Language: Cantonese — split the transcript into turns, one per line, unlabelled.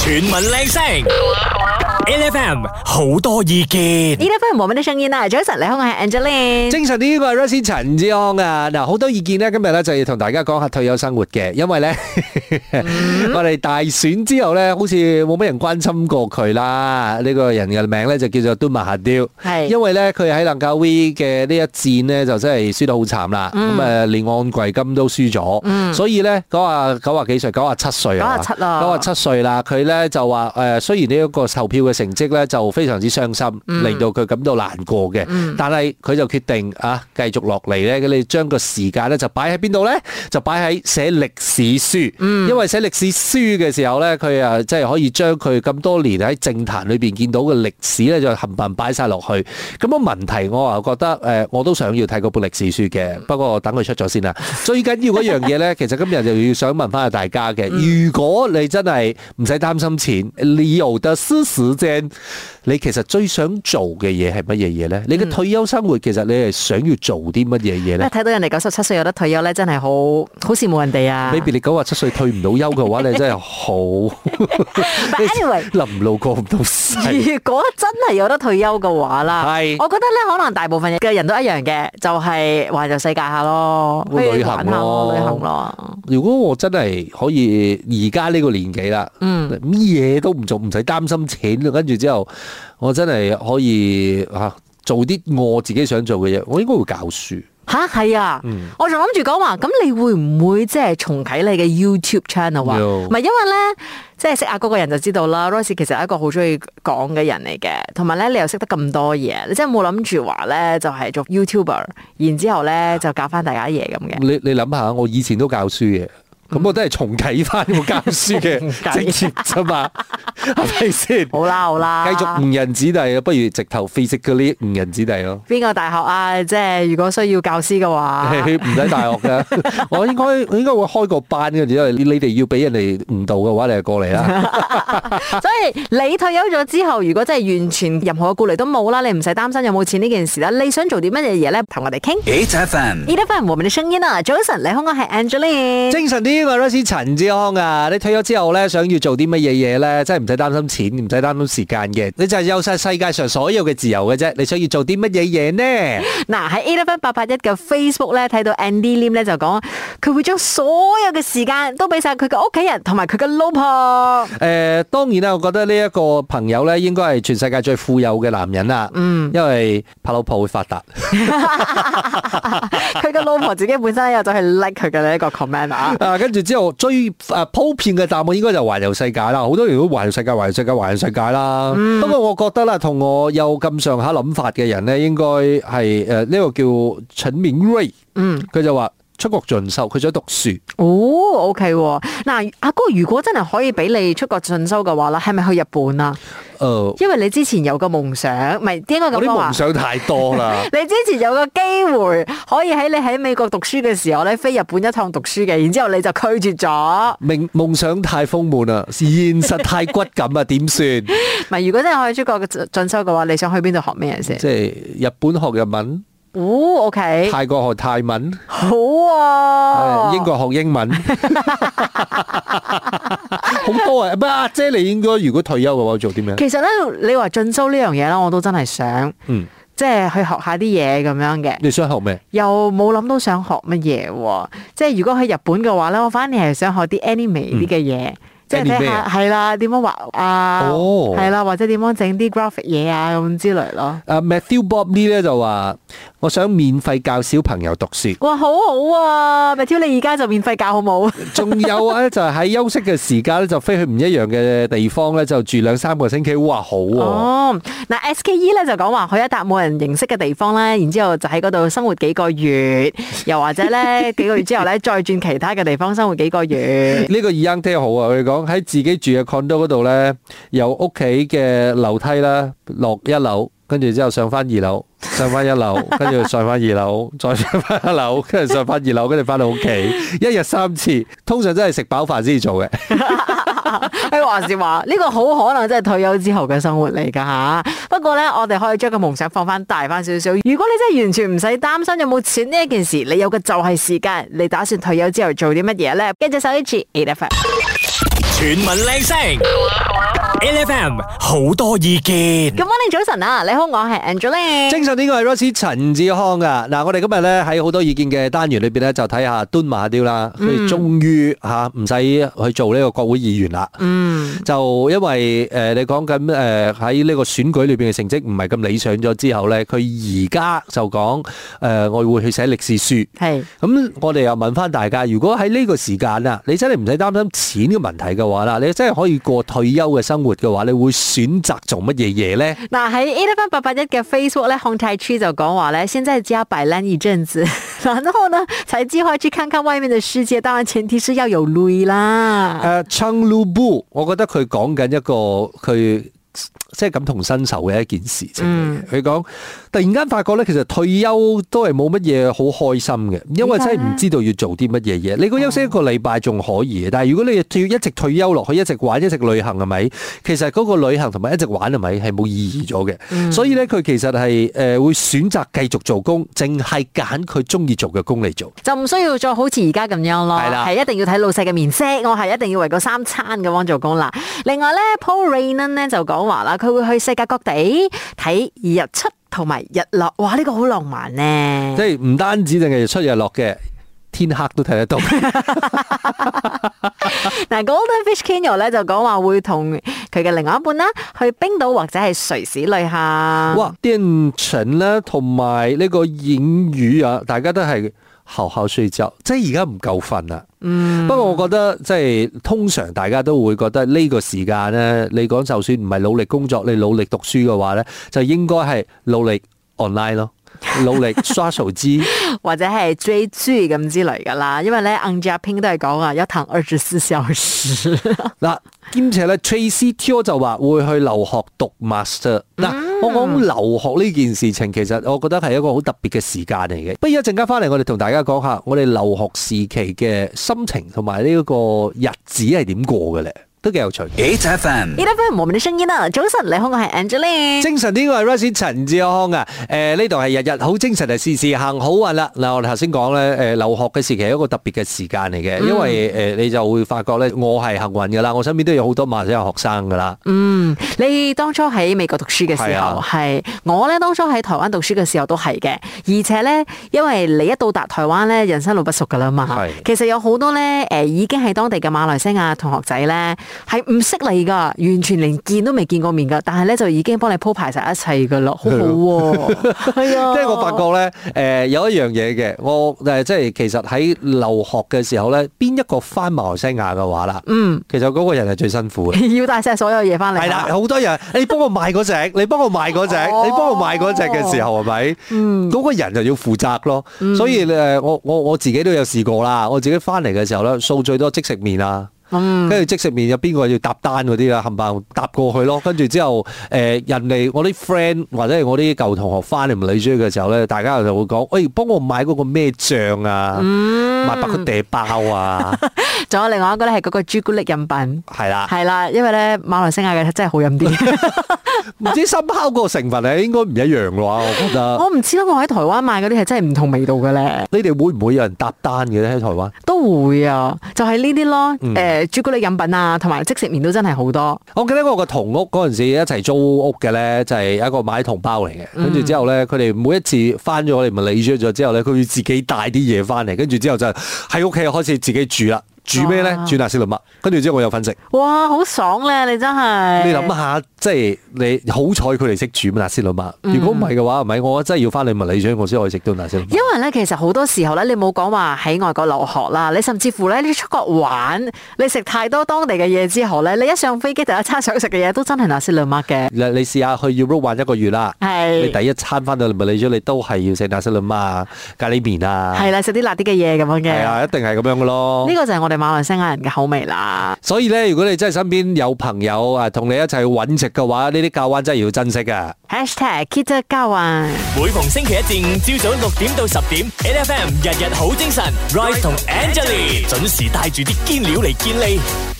全民靚聲，LFM 好多意見。
呢度冇乜啲聲音啦。早晨，你好，我係 Angeline。
精神啲嘅 r u s 陳志安啊，嗱好多意見咧，今日咧就要同大家講下退休生活嘅，因為咧 我哋大選之後咧，好似冇乜人關心過佢啦。呢、個人嘅名咧就叫做敦馬哈迪，
係
因為咧佢喺蘭教 V 嘅呢一戰呢，就真係輸得好慘啦，咁誒、連按貴金都輸咗，所以咧九啊九啊幾歲，九啊七歲啊，
97啦
九啊七歲啦，佢咧就話誒、雖然呢一個投票嘅成績咧就非常之傷心，令到佢感到難過嘅，但係佢就決定啊，繼續落嚟咧，你將個時間咧就擺喺邊度咧？就擺喺寫歷史書，因為寫歷史書嘅時候咧，佢啊即係可以將佢咁多年喺政壇裏邊見到嘅歷史咧，就冚唪唥擺晒落去。咁個問題我啊覺得誒、我都想要睇嗰本歷史書
嗯
嘅，不過等佢出咗先 啦。最緊要嗰樣嘢咧， 其實今日就要想問翻下大家嘅，
嗯
如果你真係唔使擔心錢，你有得私時間，你其實最想做嘅嘢係乜嘢嘢咧？
嗯
你嘅退休生活其實你係想要做啲乜嘢嘢咧？
睇到人哋九十七歲有得退休咧，真係好好羨慕人哋啊
b a b y 你九啊七歲退唔到休嘅話，你真係好
But anyway，
臨路過唔到世。
如果真係有得退休嘅話啦，
係
我覺得咧可能大部分嘅人都一樣嘅，就係環遊世界下咯，
會旅行
去
咯
玩下旅行咯，
如果我真係可以而家呢個年紀啦，乜嘢都唔做，唔使擔心錢，跟住之後我真係可以嚇、啊做啲我自己想做嘅嘢，我應該會教書。
吓係啊！
嗯
我仲諗住講話，咁你會唔會即係重啟你嘅 YouTube channel 啊？
有
唔係因為咧，即係識阿哥個人就知道啦。Royce 其實係一個好中意講嘅人嚟嘅，同埋咧你又識得咁多嘢，你真係冇諗住話咧就係做 YouTuber，然之後
啊
咧就教翻大家嘢咁嘅。
你你諗下，我以前都教書嘅。咁我都係重啟翻我教書嘅職業啫嘛，係咪先？
好啦好啦，
繼續誤人子弟啊，不如直頭 physically 誤人子弟咯。
邊個大學啊？即係如果需要教師嘅話，
唔使大學嘅，我應該我應該會開個班嘅，因為你哋要俾人哋誤導嘅話，你就過嚟啦。
所以你退休咗之後，如果真係完全任何嘅顧慮都冇啦，你唔使擔心有冇錢呢件事啦。你想做啲乜嘢嘢咧？同我哋傾。
HFM
呢得翻我們的聲音啊！早晨，你好，我係 Angeline。
精神啲嘅 r u 陳志康啊，你退休之後咧，想要做啲乜嘢嘢咧？真係唔使擔心錢，唔使擔心時間嘅，你就係有晒世界上所有嘅自由嘅啫。你想要做啲乜嘢嘢呢？
嗱喺 A 得翻八八一嘅 Facebook 咧，睇到 Andy Lim 咧就講，佢會將所有嘅時間都俾晒佢嘅屋企人同埋佢嘅 老婆。
誒、當然啦，我覺得呢一個朋友咧，應該係全世界最富有嘅男人啦。嗯，因為拍老婆會發達。
佢嘅老婆自己本身有就去 like 佢嘅呢一個 comment 啊。
啊，跟住之後最啊普遍嘅答案應該就環遊世界啦，好多人都環遊世界、環遊世界、環遊世界啦。
嗯
不過我覺得啦，同我有咁上下諗法嘅人咧，應該係誒呃呢個叫陳敏瑞，嗯，佢就話出國進修，佢想讀書。
哦，OK 喎。嗱，阿哥，如果真係可以俾你出國進修嘅話啦，係咪去日本啊？
誒、
因為你之前有個夢想，唔係應該
呃我
咁啊
啲
講話。
夢。想太多啦
你之前有個機會可以喺你喺美國讀書嘅時候咧，飛日本一趟讀書嘅，然之後你就拒絕咗。
明夢想太豐滿啦，現實太骨感啊，點算？
咪如果真係可以出國進修嘅話，你想去邊度學咩先？
即係日本學日文，
哦，OK，
泰國學泰文，
好
誒
啊，
英國學英文，好多啊！不阿姐，你應該如果退休嘅話，做啲咩？
其實咧，你話進修呢樣嘢啦，我都真係想，
嗯
即係去學下啲嘢咁樣嘅。
你想學咩？
又冇諗到想學乜嘢喎，即係如果去日本嘅話咧，我反而係想學啲 anime 啲嘅嘢，即係睇下
Anime 嗯啊
係啦，點樣畫啊，
哦
係啦、或者點樣整啲 graphic 嘢啊咁之類咯。
啊 Matthew Bob Lee 咧就話：我想免費教小朋友讀書。
哇，好好啊！咪挑你而家就免費教好冇？
仲有啊，就係喺休息嘅時間咧，就飛去唔一樣嘅地方咧，就住兩三個星期。哇，好喎、
哦，嗱，SKE 咧就講話去一笪冇人認識嘅地方咧，然之後就喺嗰度生活幾個月，又或者 咧幾個月之後咧再轉其他嘅地方生活幾個月。
呢個二啱聽好啊！佢講喺自己住嘅 condo 嗰度咧，由屋企嘅樓梯啦，落一樓，跟住之後上翻二樓，上翻一 樓，跟住上翻二樓，再上翻一樓，跟住上翻二樓，跟住翻到屋企，一日三次，通常真係食飽飯先 做嘅。
佢話是話，呢個好可能真係退休之後嘅生活嚟㗎吓。不過咧，我哋可以將個夢想放翻大翻少少。如果你真係完全唔使擔心有冇錢呢一件事，你有嘅就係時間。你打算退休之後做啲乜嘢咧？跟住手一次 e i g
全全民靚聲，LFM 好多意見。
Good morning，早晨啊！你好，我係 Angeline。
精神呢個係 Rosie 陳志康噶。嗱，我哋今日咧喺好多意見嘅單元裏邊咧，就睇下敦馬雕啦，佢哋終於嚇唔使去做呢個國會議員啦。
嗯，
就因為誒、呃你講緊誒喺呢個選舉裏邊嘅成績唔係咁理想咗之後咧，佢而家就講誒、呃我會去寫歷史書。
係
咁我哋又問翻大家，如果喺呢個時間啊，你真係唔使擔心錢嘅問題嘅話啦，你真係可以過退休嘅生活嘅話，你會選擇做乜嘢嘢咧？
嗱喺 A F M 八八一嘅 Facebook 咧，控太 tree 就講話咧，先真係加擺爛一陣子， 然後呢才計劃去看看外面嘅世界。當然前提是要有累啦。
誒 Chung Lu Bu，我覺得佢講緊一個佢即係感同身受嘅一件事情嚟嘅。佢講、突然間發覺咧，其實退休都係冇乜嘢好開心嘅，因為真係唔知道要做啲乜嘢嘢。你個休息一個禮拜仲可以嘅，但係如果你退一直退休落去，一直玩一直旅行係咪？其實嗰個旅行同埋一直玩係咪係冇意義咗嘅？所以咧，佢其實係誒、呃、會選擇繼續做工，淨係揀佢中意做嘅工嚟做。
就唔需要再好似而家咁樣咯，
係啦
係一定要睇老細嘅面色，我係一定要為嗰三餐咁樣做工啦。另外咧，Paul Raynan 咧就講話啦，佢會去世界各地睇日出同埋日落，哇！呢、個好浪漫呢
即。係唔單止淨係日出日落嘅，天黑都睇得到。
嗱，Golden Fish Canyon 咧就講話會同佢嘅另外一半啦，去冰島或者係瑞士旅行。
哇！電神咧，同埋呢個影語啊，大家都係好好睡覺，即係而家唔夠瞓啦。嗯。不過我覺得即係通常大家都會覺得呢個時間咧，你講就算唔係努力工作，你努力讀書嘅話咧，就應該係努力 online 咯，努力刷手機。
或者係追劇咁之類噶啦，因為咧 a n g e l Ping 都係講啊，一堂二十四小 時。
嗱，兼且咧，Tracy Teo 就話會去留學讀 master。嗱、我講留學呢件事情，其實我覺得係一個好特別嘅時間嚟嘅。不如一陣間翻嚟，我哋同大家講下我哋留學時期嘅心情同埋呢一個呃日子係點過嘅咧，都幾有趣。
嗯 8FM，
E F M 我們的聲音啊，早晨你好，我係 Angeline。
精神呢個係 Rusty 陳志康啊，誒呢度係日日好精神，係事事行好運啦。嗱，我哋頭先講咧，誒留學嘅時期係一個特別嘅時間嚟嘅，因為誒、呃你就會發覺咧，我係幸運噶啦，我身邊都有好多馬來西亞學生噶啦。
嗯，你當初喺美國讀書嘅時候係、啊我咧，當初喺台灣讀書嘅時候都係嘅，而且咧，因為你一到達台灣咧，人生路不熟噶啦嘛
係，
其實有好多咧，誒、已經喺當地嘅馬來西亞同學仔咧係唔識你噶，完全連見都未見過面噶，但係咧就已經幫你鋪排晒一齊噶啦，好好 喎，係啊，
即係我發覺咧，誒、有一樣嘢嘅，我誒即係其實喺留學嘅時候咧，邊一個翻馬來西亞嘅話啦，嗯，其實嗰個人係最辛苦嘅。
要帶晒所有嘢翻嚟，啊
係啦，，好多人，你幫我買嗰 只，你幫我買嗰只，
哦
你幫我買嗰只嘅時候係咪？嗰個人就要負責咯。所以誒，我我我自己都有試過啦。我自己翻嚟嘅時候咧，掃最多即食麵啊。跟住即食麵啊有邊個要搭單嗰啲啦，冚唪唥搭過去咯。跟住之後，誒、呃人哋我啲 friend 或者係我啲舊同學翻嚟唔理追嘅時候咧，大家就會講：，喂、幫我買嗰個咩醬啊，買白骨地包 啊，
仲有另外一個咧係嗰個朱古力飲品。
係啦。
係啦，因為咧馬來西亞嘅真係好飲啲，
唔知深烤個成分係應該唔一樣嘅話，我覺得。
我唔知啦，我喺台灣買嗰啲係真係唔同味道嘅咧。
你哋會唔會有人搭單嘅咧？喺台灣，
都會啊，就係呢啲咯，
嗯
誒、朱古力飲品啊，同埋即食麵都真係好多。
我記得我個同屋嗰陣時一齊租屋嘅咧，就係、一個買同胞嚟嘅。跟住之後咧，佢哋每一次翻咗我哋唔理咗咗之後咧，佢會自己帶啲嘢翻嚟，跟住之後就喺屋企開始自己煮啦。煮咩咧
哇？
煮那斯魯麥。跟住之後我有份食。
哇，好爽咧！你真係
你諗啊下，即係你好彩佢哋識煮那斯魯麥。如果唔係嘅話，唔係我真係要翻你唔理咗，我先可以食到那斯魯麥
因。為咧，其實好多時候咧，你冇講話喺外國留學啦，你甚至乎咧，你出國玩，你食太多當地嘅嘢之後咧，你一上飛機第一餐想食嘅嘢都真係那斯兩麥嘅，
你你試下去 Europe 玩一個月啦。
啊
你
係
第一餐翻到嚟咪理咗，你都係要食那斯魯麥啊、咖喱麵啊。
係啦，食啲辣啲嘅嘢咁樣
係
嘅。
啊，一定係咁樣嘅咯
呢。個就係我哋馬來西亞人嘅口味啦。
所以咧，如果你真係身邊有朋友啊，同你一齊去揾食嘅話，呢啲教灣真係要珍惜啊嘅。
#hashtag Kita 交啊！
每逢星期一至五朝早六點到十點，LFM 日日好精神，Rise 同 Angelie 準時帶住啲堅料嚟堅利。